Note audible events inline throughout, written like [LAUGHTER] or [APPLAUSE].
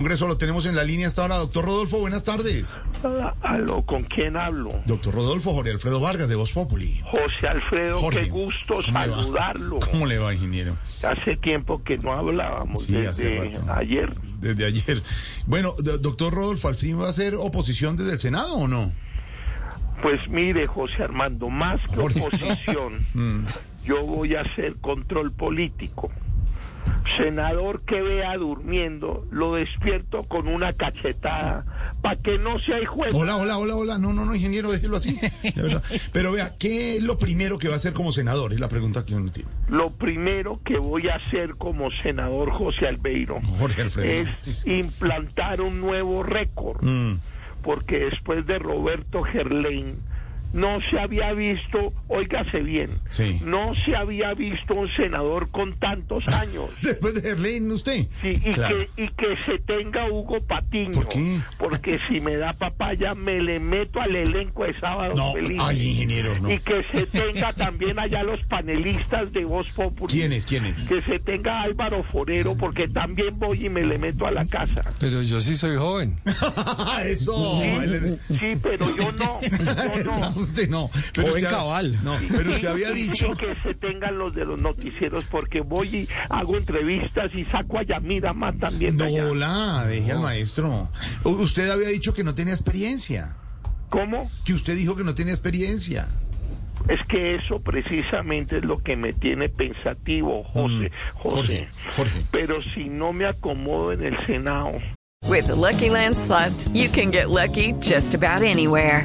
Congreso lo tenemos en la línea hasta ahora. Doctor Rodolfo, buenas tardes. Hola, aló, ¿con quién hablo? Doctor Rodolfo, Jorge Alfredo Vargas de Voz Populi. José Alfredo, Jorge, qué gusto ¿cómo le va? saludarlo. [LAUGHS] ¿Cómo le va, ingeniero? Hace tiempo que no hablábamos, Sí, hace desde rato. ayer. Desde ayer. Bueno, do- doctor Rodolfo, ¿al fin va a ser oposición desde el Senado o no? Pues mire, José Armando, más que Jorge. [LAUGHS] Mm. oposición, yo voy a hacer control político. Senador que vea durmiendo, lo despierto con una cachetada, para que no sea juez. Hola, hola, hola, hola. No, no, no, ingeniero, déjelo así. De verdad. Pero vea, ¿qué es lo primero que va a hacer como senador? Es la pregunta que uno tiene. [LAUGHS] Lo primero que voy a hacer como senador José Albeiro Jorge Alfredo. Mm. es implantar un nuevo récord, porque después de Roberto Gerlain no se había visto, óigase bien, Sí. no se había visto un senador [LAUGHS] con tantos años. Después de Erlein, usted. Sí, y, claro. que, y que se tenga Hugo Patiño. ¿Por qué? Porque si me da papaya, me le meto al elenco de Sábado No, Feliz. ay, ingeniero, no. Y que se tenga también allá los panelistas de Voz Popular. ¿Quiénes, quiénes? Que se tenga Álvaro Forero, porque también voy y me le meto a la casa. Pero yo sí soy joven. [LAUGHS] Eso. el- Sí, pero yo [LAUGHS] no. Yo Esa no. usted no. Pero Joven usted, ha- cabal. No, pero usted había Y- y- y dicho. que se tengan los de los noticieros porque voy y hago entrevistas y saco a Yamira más también de No, allá. hola, dejé al maestro. U- Usted había dicho que no tenía experiencia. ¿Cómo? Que usted dijo que no tenía experiencia. Es que eso precisamente es lo que me tiene pensativo, José. José. Mm, Jorge, Jorge. Pero si no me acomodo en el Senado, With the Lucky Land slots, you can get lucky just about anywhere.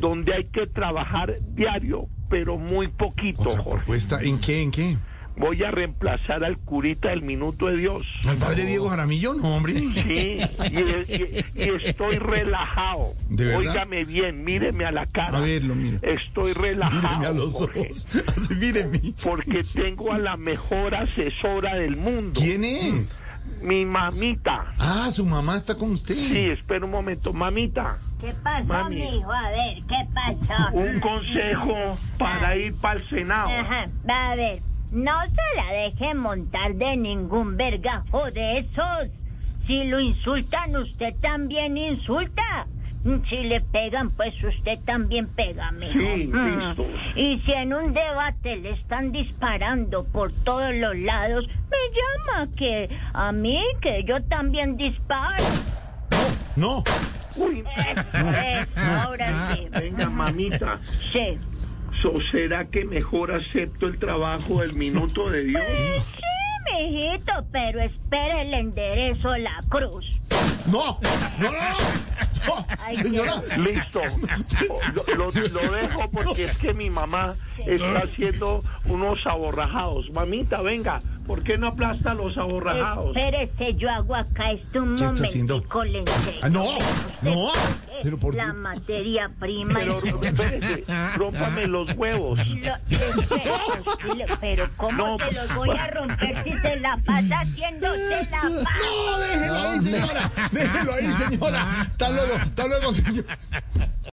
donde hay que trabajar diario, pero muy poquito, Otra Jorge. propuesta. ¿En qué? ¿En qué? Voy a reemplazar al curita del Minuto de Dios. ¿Al padre Diego Jaramillo? No, [LAUGHS] hombre. Sí, y, y- y estoy relajado. ¿De verdad? Óigame bien, míreme a la cara. A verlo, mire. Estoy relajado. [LAUGHS] Míreme a los Jorge. ojos. Así, míreme. porque tengo a la mejor asesora del mundo, ¿Quién es? Mm. mi mamita. Ah, su mamá está con Sí, usted. espera un momento, mamita. ¿Qué pasó, Mami. mijo? A ver, ¿qué pasó? Un consejo para ir para el Senado. Ajá, a ver, no se la deje montar de ningún vergajo de esos. Si lo insultan, usted también insulta. Si le pegan, pues usted también pega, mijo. Sí, Mm. listo. Y si en un debate le están disparando por todos los lados, me llama que a mí, que yo [LAUGHS] también disparo. No. Uy, Eso es, Eh, ahora sí. venga, mamita. Sí. ¿so ¿Será que mejor acepto el trabajo del minuto de Dios? Sí, mijito, pero espere el enderezo la cruz. No. No, no, no. No, Señora. Listo. Lo, lo dejo porque es que mi mamá está haciendo unos aborrajados. Mamita, venga, ¿por qué no aplasta los aborrajados? Espérese, yo hago acá esto un ¿Qué está haciendo? momentico, le enseño. Ah, no. No. Eh, Pero por La Dios. materia prima. Pero, espérese, rómpame los huevos. y lo- y [LAUGHS] espérese, y lo- pero ¿cómo No. te los voy a romper si te la pasa haciéndote la paz? [LAUGHS] No, déjelo ahí, señora. [LAUGHS] Déjelo ahí, señora. Hasta luego. Hasta luego, señora.